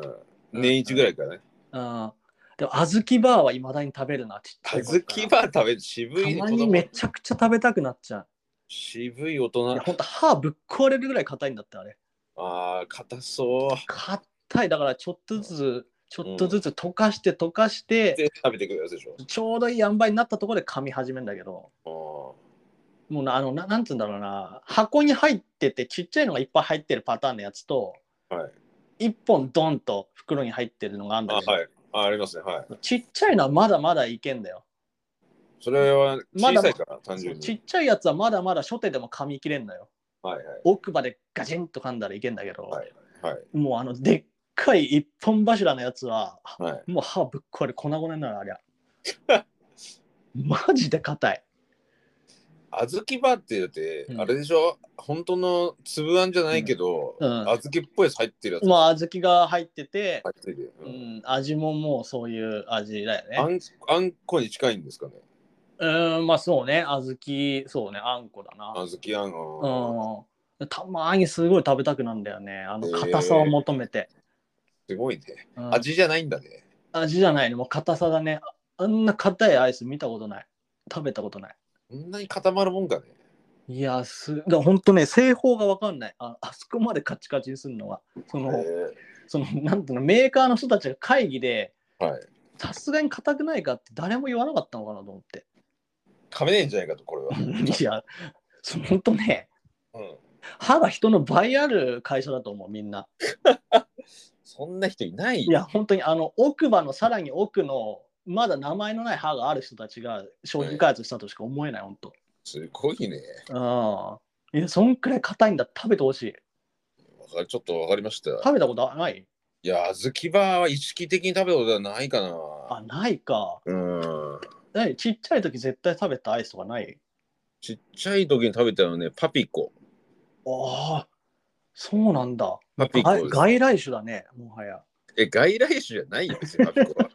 Speaker 1: 年一ぐらいからね。
Speaker 2: うん、でも小豆バーはいまだに食べるなちっちゃい
Speaker 1: 小豆は食べる渋いね
Speaker 2: た
Speaker 1: 子
Speaker 2: まにめ
Speaker 1: 供
Speaker 2: ちゃくちゃ食べたくなっちゃ
Speaker 1: 渋い大
Speaker 2: うい
Speaker 1: 人
Speaker 2: や。ほんと歯ぶっ壊れるぐらい硬いんだってあれ
Speaker 1: ああ、硬そう。
Speaker 2: 硬いだからちょっとずつちょっとずつ溶かして溶かして、
Speaker 1: で食べてくるやつでし
Speaker 2: ちょうどいい塩梅になったところで噛み始めるんだけど
Speaker 1: ょ。
Speaker 2: もうなあのななんつうんだろうな箱に入っててちっちゃいのがいっぱい入ってるパターンのやつと
Speaker 1: はい。
Speaker 2: 1本ドンと袋に入ってるのがあるん
Speaker 1: あ、
Speaker 2: だけど、
Speaker 1: はい。あ、ありますね。はい。
Speaker 2: ちっちゃいのはまだまだいけんだよ
Speaker 1: それは
Speaker 2: まだ
Speaker 1: 小さいから、単純
Speaker 2: ち
Speaker 1: に。
Speaker 2: っちゃいやつはまだまだ初手でも噛み切れんだよ
Speaker 1: はいはい。
Speaker 2: 奥歯でガチンと噛んだらいけんだけど、
Speaker 1: はいはい。
Speaker 2: もうあのでっかい一本柱のやつは
Speaker 1: はい。
Speaker 2: もう歯ぶっ壊れ粉々になるありゃ マジで硬い
Speaker 1: 小豆バーってだって
Speaker 2: う、ん
Speaker 1: あれでしょ、本当の粒あんじゃないけど、
Speaker 2: うんうん
Speaker 1: 小豆っぽいやつ入ってるやつ。
Speaker 2: まあ小豆が入ってて、
Speaker 1: 入ってる。
Speaker 2: う
Speaker 1: うん
Speaker 2: ん、味ももうそういう味だよね
Speaker 1: あんあんこに近いんですかね。
Speaker 2: うーん、まあそうね、小豆、そうね、あんこだな。
Speaker 1: 小豆あんの。
Speaker 2: うん。たまにすごい食べたくなんだよね。あの硬さを求めて。
Speaker 1: すごいね。
Speaker 2: うん味
Speaker 1: 味じゃないんだね。
Speaker 2: じゃないね、もう硬さだね。ああんな硬いアイス見たことない。食べたことない。
Speaker 1: こんなに固まるもんかね。
Speaker 2: いや、す、だからほんとね、製法がわかんない。ああそこまでカチカチにするのは。その、
Speaker 1: へ
Speaker 2: その、 なんていうの、メーカーの人たちが会議で、
Speaker 1: えはい。
Speaker 2: さすがに硬くないかって誰も言わなかったのかなと 思って。
Speaker 1: 噛めねえんじゃないかと、これ は。
Speaker 2: いや、そほんとね、
Speaker 1: うん。
Speaker 2: 歯が人の倍ある会社だと思う、みんな。
Speaker 1: そんな人いない。
Speaker 2: いや本当にあの奥歯のさらに奥のまだ名前のない歯がある人たちが商品開発したとしか思えない、本
Speaker 1: すごいね。
Speaker 2: 当。うん。いや、そんくらい硬いんだ。食べてほしい。
Speaker 1: わかちょっとわかりました。
Speaker 2: 食べたことない
Speaker 1: いや、小豆バーは意識的に食べたことはないか
Speaker 2: あ、
Speaker 1: な。
Speaker 2: ないか。
Speaker 1: うん。
Speaker 2: えちっちゃい時絶対食べたアイスとかない
Speaker 1: ちっちゃい時に食べたのはね、パピコ。
Speaker 2: ああ、そうなんだ。
Speaker 1: パピコ
Speaker 2: が
Speaker 1: です
Speaker 2: 外来種だね、もはや。
Speaker 1: え、外来種じゃないよ、別にパピ コは。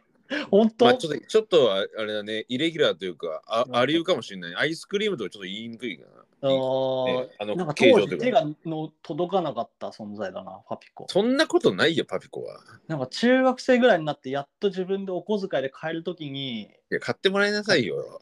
Speaker 2: 本当、
Speaker 1: まあ、ちょっと、ちょっとああれだね、イレギュラーというか、あ
Speaker 2: うん
Speaker 1: ありうかもしれない。アイスクリームとはちょっと言いにくいか
Speaker 2: あ
Speaker 1: な。
Speaker 2: ー
Speaker 1: ねあ
Speaker 2: なん
Speaker 1: の
Speaker 2: か
Speaker 1: 形
Speaker 2: 当
Speaker 1: 状と
Speaker 2: 時手
Speaker 1: いうか。
Speaker 2: がの届かなかった存在だな、パピコ。
Speaker 1: そんなことないよ、パピコは。
Speaker 2: なんか中学生ぐらいになって、やっと自分でお小遣いで買える時に、
Speaker 1: いや、買ってもらいなさいよ。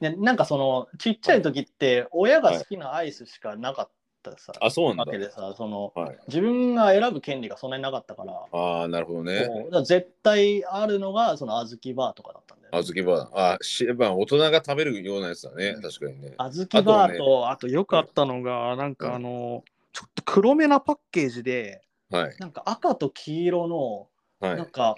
Speaker 2: ね、なんかそのちっちゃい時って親が好きなアイスしかなかったさ、
Speaker 1: あ、そうな
Speaker 2: わ
Speaker 1: んだ
Speaker 2: け。でさその
Speaker 1: はい、
Speaker 2: 自分が選ぶ権利がそんなになかったからこ
Speaker 1: ああ、なるほど
Speaker 2: う
Speaker 1: ね。
Speaker 2: だから絶対あるのがその小豆バーとかだったんだよね、
Speaker 1: 小豆バー。あ、しまあ、大人が食べるようなやつだね
Speaker 2: う。ん
Speaker 1: 確かにね。
Speaker 2: 小豆バー
Speaker 1: あ
Speaker 2: とあと,、よくあったのがなんかあのちょっと黒めなパッケージで
Speaker 1: はい。
Speaker 2: なんか赤と黄色の
Speaker 1: は
Speaker 2: なん
Speaker 1: い。
Speaker 2: か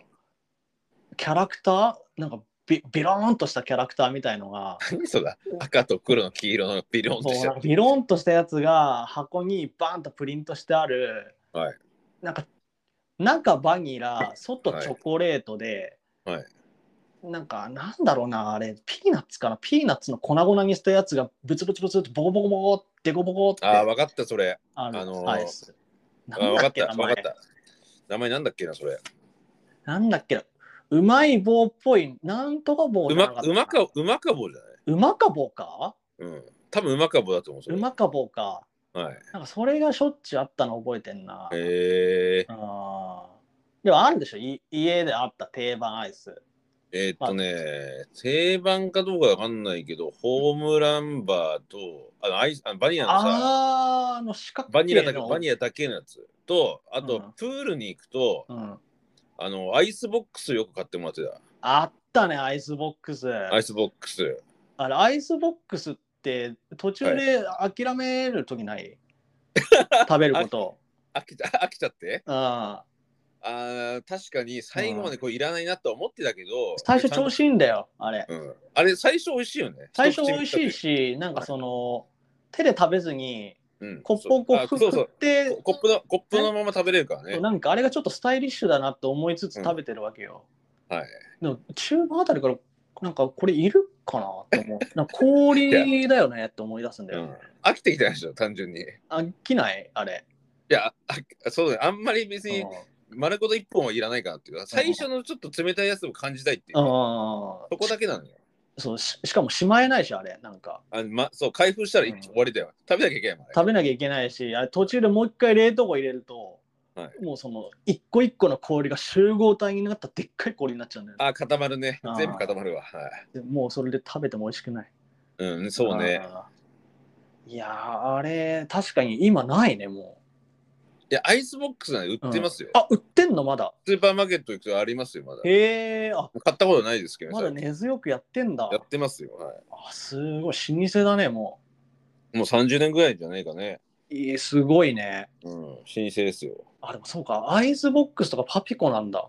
Speaker 2: キャラクターなんかビビローンとしたキャラクターみたいのが
Speaker 1: 何それ赤と黒の黄色のビロンと
Speaker 2: そう
Speaker 1: し
Speaker 2: な
Speaker 1: た
Speaker 2: んか。ビローンとしたやつが箱にバーンとプリントしてある、
Speaker 1: はい
Speaker 2: なんか中バニラ外チョコレートで、
Speaker 1: はい
Speaker 2: なんかなんだろうなあれピーナッツかなピーナッツの粉々にしたやつがブツブツブツってボコボコボコデコボコって
Speaker 1: ああ、わかった、それ。
Speaker 2: ある
Speaker 1: あのー
Speaker 2: アイス。
Speaker 1: あ
Speaker 2: なん
Speaker 1: わ
Speaker 2: だ
Speaker 1: か
Speaker 2: っ
Speaker 1: っ
Speaker 2: け
Speaker 1: た、
Speaker 2: 名
Speaker 1: わかっ
Speaker 2: 前
Speaker 1: た。名前なんだっけな、それ。
Speaker 2: なんだっけなうまい棒っぽいなんとか棒
Speaker 1: う
Speaker 2: じゃな
Speaker 1: ま
Speaker 2: かった
Speaker 1: うまか、うまかぼうじゃないう
Speaker 2: まか棒か
Speaker 1: うん。多分うまかぼうだと思う、そうれ。
Speaker 2: まか棒か
Speaker 1: はい。
Speaker 2: なんかそれがしょっちゅうあったの覚えてんな。
Speaker 1: えー、
Speaker 2: あーでもあるでしょい家であった定番アイス。
Speaker 1: えーっとね、定番かどうかわかんないけど、ホームランバーと、あのアイスあのバニラのさ、
Speaker 2: あーあの四角
Speaker 1: バニラだけ
Speaker 2: の
Speaker 1: バニ
Speaker 2: ラ。
Speaker 1: ラだけのやつと、あ
Speaker 2: う
Speaker 1: と
Speaker 2: ん、
Speaker 1: プールに行くと、
Speaker 2: うん、
Speaker 1: あの、アイスボックスよく買ってもらってた。
Speaker 2: あったねアイスボックス。
Speaker 1: アイスボックス。
Speaker 2: あれアイスボックスって途中で諦める時 ない、食べること。
Speaker 1: 飽きた、 飽きちゃって
Speaker 2: うん、
Speaker 1: あー確かに最後までこういらないなとは思ってたけど、
Speaker 2: 最初調
Speaker 1: 子、
Speaker 2: 子いいんだよあれ。
Speaker 1: うん、あれ最初美味しいよね
Speaker 2: 最初美味しい
Speaker 1: 一口
Speaker 2: しなんかその手で食べずに
Speaker 1: 目うん
Speaker 2: コップをこ
Speaker 1: あ
Speaker 2: う
Speaker 1: そう
Speaker 2: 振
Speaker 1: そう
Speaker 2: って
Speaker 1: ココップのコップのまま食べれるからね
Speaker 2: なんかあれがちょっとスタイリッシュだなって思いつつ食べてるわけよ。
Speaker 1: うんはい
Speaker 2: でも中盤あたりからなんかこれいるかなと思う。なんか 氷だよねって思い出すんだ
Speaker 1: う
Speaker 2: よ。
Speaker 1: ん、飽きてきたでしょ単純にい
Speaker 2: 飽きないあれ。
Speaker 1: やあそうだねあんまり別に
Speaker 2: うん
Speaker 1: 丸ごと一本はいらないかなっていうか最初のちょっと冷たいやつを感じたいっていうか
Speaker 2: あ
Speaker 1: そこだけなのよ
Speaker 2: ーそうししかもしまえないしあれなんか
Speaker 1: あまそう開封したら一気に終わりだよ食べなきゃいけないもんね
Speaker 2: 食べなきゃいけないしあれ途中でもう一回冷凍庫入れると、
Speaker 1: は
Speaker 2: もうその一個一個の氷が集合体になったでっかい氷になっちゃうんだよね、
Speaker 1: あ固まるね
Speaker 2: あー
Speaker 1: 全部固まるわはい
Speaker 2: でもうそれで食べても美味しくない
Speaker 1: うんそうね
Speaker 2: あーいやーあれ確かに今ないねも
Speaker 1: いやアイスボックスなんて売ってますよ、
Speaker 2: うあ売ってんのまだ
Speaker 1: スーパーマーケット行くとありますよまだ
Speaker 2: へえあ
Speaker 1: 買ったことないですけど、
Speaker 2: まだ
Speaker 1: 最近
Speaker 2: 根強くやってんだ
Speaker 1: やってますよ。はい、
Speaker 2: あすごい老舗だねも
Speaker 1: もう30年ぐらいじゃないかね。
Speaker 2: えー、すごいね。
Speaker 1: うん、老舗ですよ。
Speaker 2: あ、でもそうか。アイズボックスとかパピコなんだ。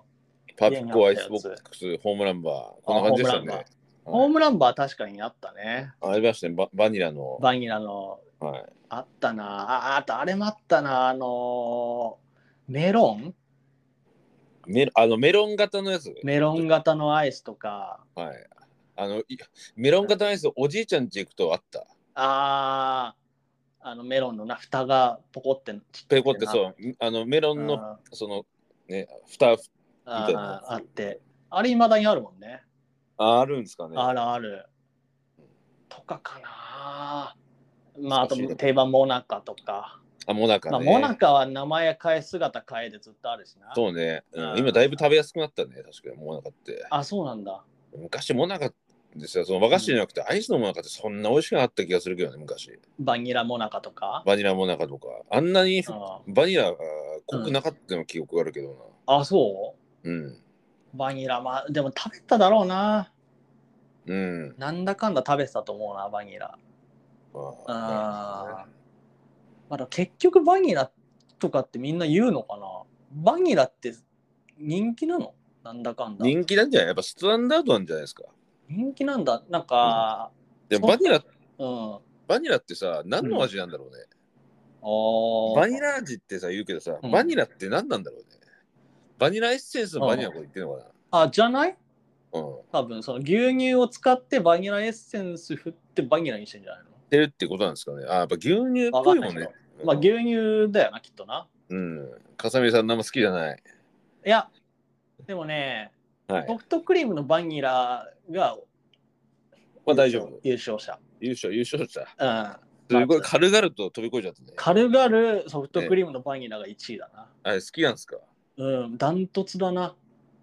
Speaker 1: パピコ、アイスボックス、ホームランバー、こんな感じでしたね。
Speaker 2: ホームランバー確かにあったね。
Speaker 1: ありましたね、ババニラの。
Speaker 2: バニラの
Speaker 1: はい、
Speaker 2: あったな。ああとあれもあったな。あのーメロン
Speaker 1: メロあのメロン型のやつ。
Speaker 2: メロン型のアイスとか。
Speaker 1: はい。あのいメロン型のやつ、おじいちゃん家行くとあった。
Speaker 2: ああ、あのメロンのな、蓋がポコってち。
Speaker 1: ペコってそうう、あのメロンの、
Speaker 2: あ
Speaker 1: その、ね、蓋、み
Speaker 2: ー
Speaker 1: たいなやつ
Speaker 2: あーあって。あれ、いまだにあるもんね。
Speaker 1: ああるんですかね。
Speaker 2: あるある。とかかな。まあ、あと
Speaker 1: 懐かしいね
Speaker 2: 定番モナカとか。
Speaker 1: あ、モナカ
Speaker 2: まあ、
Speaker 1: ね。
Speaker 2: モナカは名前変え、姿変えでずっとあるしな。
Speaker 1: そうね、うん。
Speaker 2: あー
Speaker 1: 今だいぶ食べやすくなったね、確かに、モナカって。
Speaker 2: あ、そうなんだ。
Speaker 1: 昔、モナカですよ、その和菓子じゃなくて、アイスのモナカってそんな美味しくなかった気がするけどね、昔。
Speaker 2: バニラモナカとか。
Speaker 1: バニラモナカとか。あんなに
Speaker 2: あ
Speaker 1: バニラが濃くなかったの記憶があるけどな。
Speaker 2: あ、そ
Speaker 1: うん。
Speaker 2: うバニラ、まあ、でも食べただろうな。
Speaker 1: うん。
Speaker 2: なんだかんだ食べてたと思うな、バニラ。
Speaker 1: あ
Speaker 2: あーまあ、だから結局バニラとかってみんな言うのかなバニラって人気なのなんだかん
Speaker 1: ー
Speaker 2: だ。
Speaker 1: 人気なんじゃないやっぱスタンダードなんじゃないですか。
Speaker 2: 人気なんだ。なんか、
Speaker 1: でもバニラ、
Speaker 2: うん。
Speaker 1: バニラってさ、何の味なんだろうね。
Speaker 2: お
Speaker 1: バニラ味ってさ、言うけどさ、
Speaker 2: うん
Speaker 1: バニラって何なんだろうね。バニラエッセンスのバニラのこと言ってんのか
Speaker 2: あじゃない
Speaker 1: な。うん。っ
Speaker 2: 多分その牛乳を使ってバニラエッセンス振ってバニラにしてんじゃないの
Speaker 1: てるってことなんですかね。あー、やっぱ牛乳っ
Speaker 2: わか
Speaker 1: ぽい
Speaker 2: んな
Speaker 1: も
Speaker 2: い
Speaker 1: ん
Speaker 2: けど
Speaker 1: ね。
Speaker 2: まあ牛乳だよなきっとな
Speaker 1: うん。かさみさん、何も好きじゃない。
Speaker 2: いやでもね
Speaker 1: はい。
Speaker 2: ソフトクリームのバニラが
Speaker 1: まあ大丈夫。
Speaker 2: 優勝者、
Speaker 1: 優勝、優勝した。
Speaker 2: うん、
Speaker 1: すごい軽々と飛び越えちゃったね。
Speaker 2: 軽々ソフトクリームのバニラが1位だな、
Speaker 1: あれ好きなんですか
Speaker 2: うんダントツだな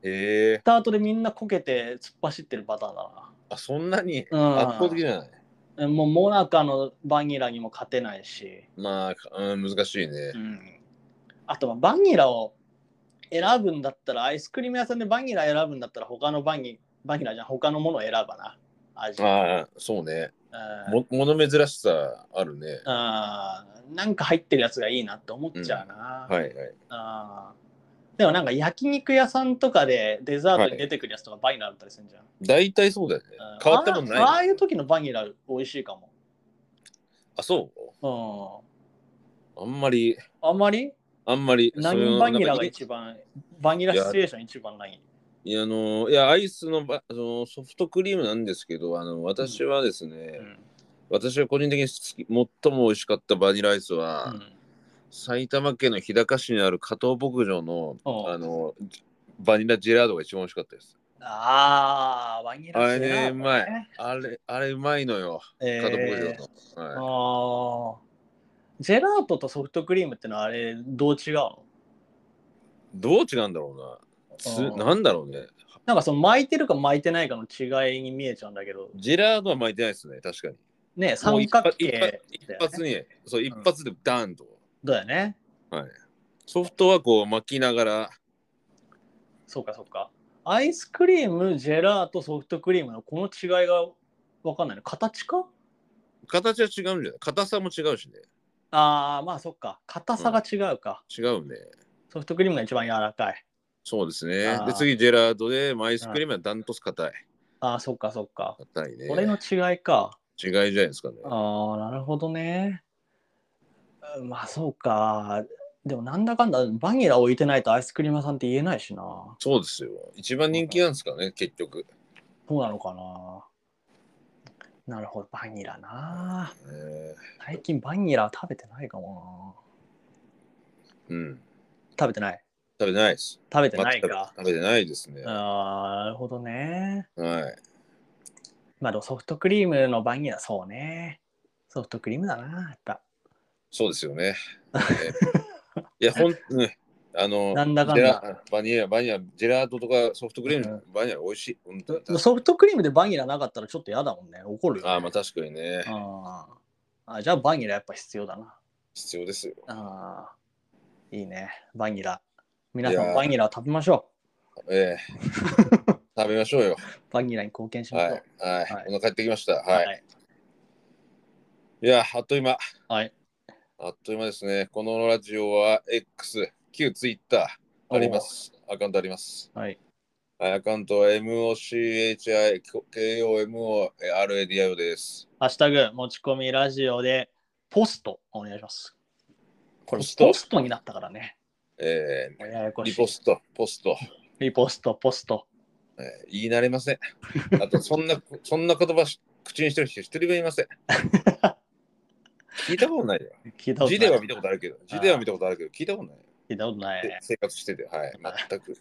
Speaker 1: へえ
Speaker 2: スタートでみんなこけて突っ走ってるパターンだ
Speaker 1: あ、そんなに
Speaker 2: うん
Speaker 1: 圧倒的じゃない。
Speaker 2: なもうモナカのバニラにも勝てないし
Speaker 1: まあ、うん、難しいね
Speaker 2: う。んあとはバニラを選ぶんだったらアイスクリーム屋さんでバニラ選ぶんだったら他のバニバニラじゃん他のものを選ばな味
Speaker 1: ああ、そうね。
Speaker 2: うん
Speaker 1: ももの珍しさあるね。
Speaker 2: あーなんか入ってるやつがいいなって思っちゃう
Speaker 1: は
Speaker 2: な、
Speaker 1: いはい。
Speaker 2: あーでもなんか焼肉屋さんとかでデザートに出てくるやつとかバニラだったりするじゃん、
Speaker 1: 大体そうだよね
Speaker 2: うん。
Speaker 1: 変わったもん
Speaker 2: あああ
Speaker 1: な
Speaker 2: あ
Speaker 1: い。
Speaker 2: いう時のバニラ美味しいか
Speaker 1: あ、そ
Speaker 2: も、
Speaker 1: うあんまり、
Speaker 2: うん、あんまり
Speaker 1: あんまり。それ
Speaker 2: 何
Speaker 1: を
Speaker 2: バニラ
Speaker 1: なん
Speaker 2: が
Speaker 1: かい
Speaker 2: 一番バニラシチュエーション一番ない
Speaker 1: いや、あの、いや、アイスのばそのソフトクリームなんですけど、あの、私はですね、
Speaker 2: うん
Speaker 1: 私は個人的に好き最も美味しかったバニラアイスは、
Speaker 2: うん
Speaker 1: 埼玉県の日高市にある加藤牧場の、
Speaker 2: うん
Speaker 1: あの、バニラジェラードが一番美味しかったです。
Speaker 2: ああ、ワニラ
Speaker 1: あ
Speaker 2: シェラート
Speaker 1: れうまい。あれ、あれうまいのよ。
Speaker 2: え
Speaker 1: 加藤牧
Speaker 2: ー
Speaker 1: 場の。はい、
Speaker 2: あージェラートとソフトクリームってのはあれどう違うの
Speaker 1: どう違うんだろうな。つ
Speaker 2: うん
Speaker 1: なんだろうね。
Speaker 2: なんかその巻いてるか巻いてないかの違いに見えちゃうんだけど、
Speaker 1: ジェラードは巻いてないですね、確かに。
Speaker 2: ね、
Speaker 1: もう
Speaker 2: 三
Speaker 1: 一発
Speaker 2: 角形だよね。
Speaker 1: 一発に、そう、一発でダーンと。
Speaker 2: だよね。
Speaker 1: ソフトはこう巻きながら、
Speaker 2: そうかそうか。アイスクリーム、ジェラート、ソフトクリームのこの違いがわかんないの。形か
Speaker 1: 形は違うんじゃない硬さも違うしね。
Speaker 2: ああ、まあそっか。硬さが違うか。
Speaker 1: 違うね。
Speaker 2: ソフトクリームが一番柔らかい。
Speaker 1: そうですね
Speaker 2: あ。ー
Speaker 1: で、次、ジェラードで、マイスクリームはダントツ硬い。
Speaker 2: ああ、そっかそっか。
Speaker 1: 硬いね。
Speaker 2: これの違いか。
Speaker 1: 違いじゃないですかね。
Speaker 2: ああ、なるほどね。うんまあそうか。でもなんだかんだバニラ置いてないとアイスクリーム屋さんって言えないしな。
Speaker 1: そうですよ。一番人気なんですかね、結局。
Speaker 2: そうなのかな。なるほど、バニラな。
Speaker 1: え
Speaker 2: 最近バニラ食べてないかも
Speaker 1: ーうん。
Speaker 2: な。食べてない。
Speaker 1: 食べてないです。
Speaker 2: 食べてない
Speaker 1: 全
Speaker 2: か
Speaker 1: く。食べてないですね。は
Speaker 2: ああ、なるほどね。
Speaker 1: い。
Speaker 2: まあでもソフトクリームのバニラ、そうね。ソフトクリームだな、やっぱ。
Speaker 1: そうですよ ね。えいや、ほん、うん、あの、
Speaker 2: なんだかんだ
Speaker 1: ジェラバニラ、バニラ、ジェラートとかソフトクリーム、
Speaker 2: う
Speaker 1: バニラ美味しい。本当に
Speaker 2: ソフトクリームでバニラなかったらちょっと嫌だもんね。怒るよ、ね。
Speaker 1: ああ、まあ確かにね、
Speaker 2: あーあ、じゃあバニラやっぱ必要だな。
Speaker 1: 必要ですよ。
Speaker 2: ああ、いいね。バニラ。皆さ
Speaker 1: いや
Speaker 2: ん、
Speaker 1: ー
Speaker 2: バニラを食べましょ
Speaker 1: ええ 食べましょうよ。
Speaker 2: う。バニラに貢献しま
Speaker 1: は
Speaker 2: し
Speaker 1: い
Speaker 2: ょう。。
Speaker 1: はい。
Speaker 2: はい
Speaker 1: お腹減ってきました。はい。
Speaker 2: はい
Speaker 1: いいや、あっという間。
Speaker 2: はい。
Speaker 1: あっという間ですね。このラジオは X、旧 Twitter あります。アカウントあります。
Speaker 2: はい。
Speaker 1: はいアカウントは MOCHIKOMORADIO です。
Speaker 2: ハッシュタグ持ち込みラジオでポストお願いします。これ
Speaker 1: ポスト
Speaker 2: ポストになったからね。
Speaker 1: え
Speaker 2: もうやや
Speaker 1: ー
Speaker 2: こしい
Speaker 1: リポスト、ポスト、
Speaker 2: リポスト、ポスト。
Speaker 1: えー言い慣れませ ん。あと、そんな、そんな言葉し口にしてる人一人もいません。聞いたことないよ。
Speaker 2: 聞いたことな
Speaker 1: 字
Speaker 2: い。
Speaker 1: では見たことあるけど、字では見たことあるけど、聞いたことないよ。
Speaker 2: 聞いたことない
Speaker 1: で
Speaker 2: ね、
Speaker 1: 生活してて、はい、全く。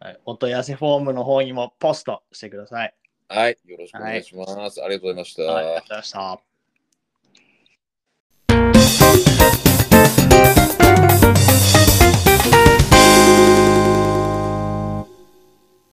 Speaker 2: はい。お問い合わせフォームの方にもポストしてください。
Speaker 1: はい、よろしくお願いします。ありがとうございました。
Speaker 2: はい、ありがとうございました。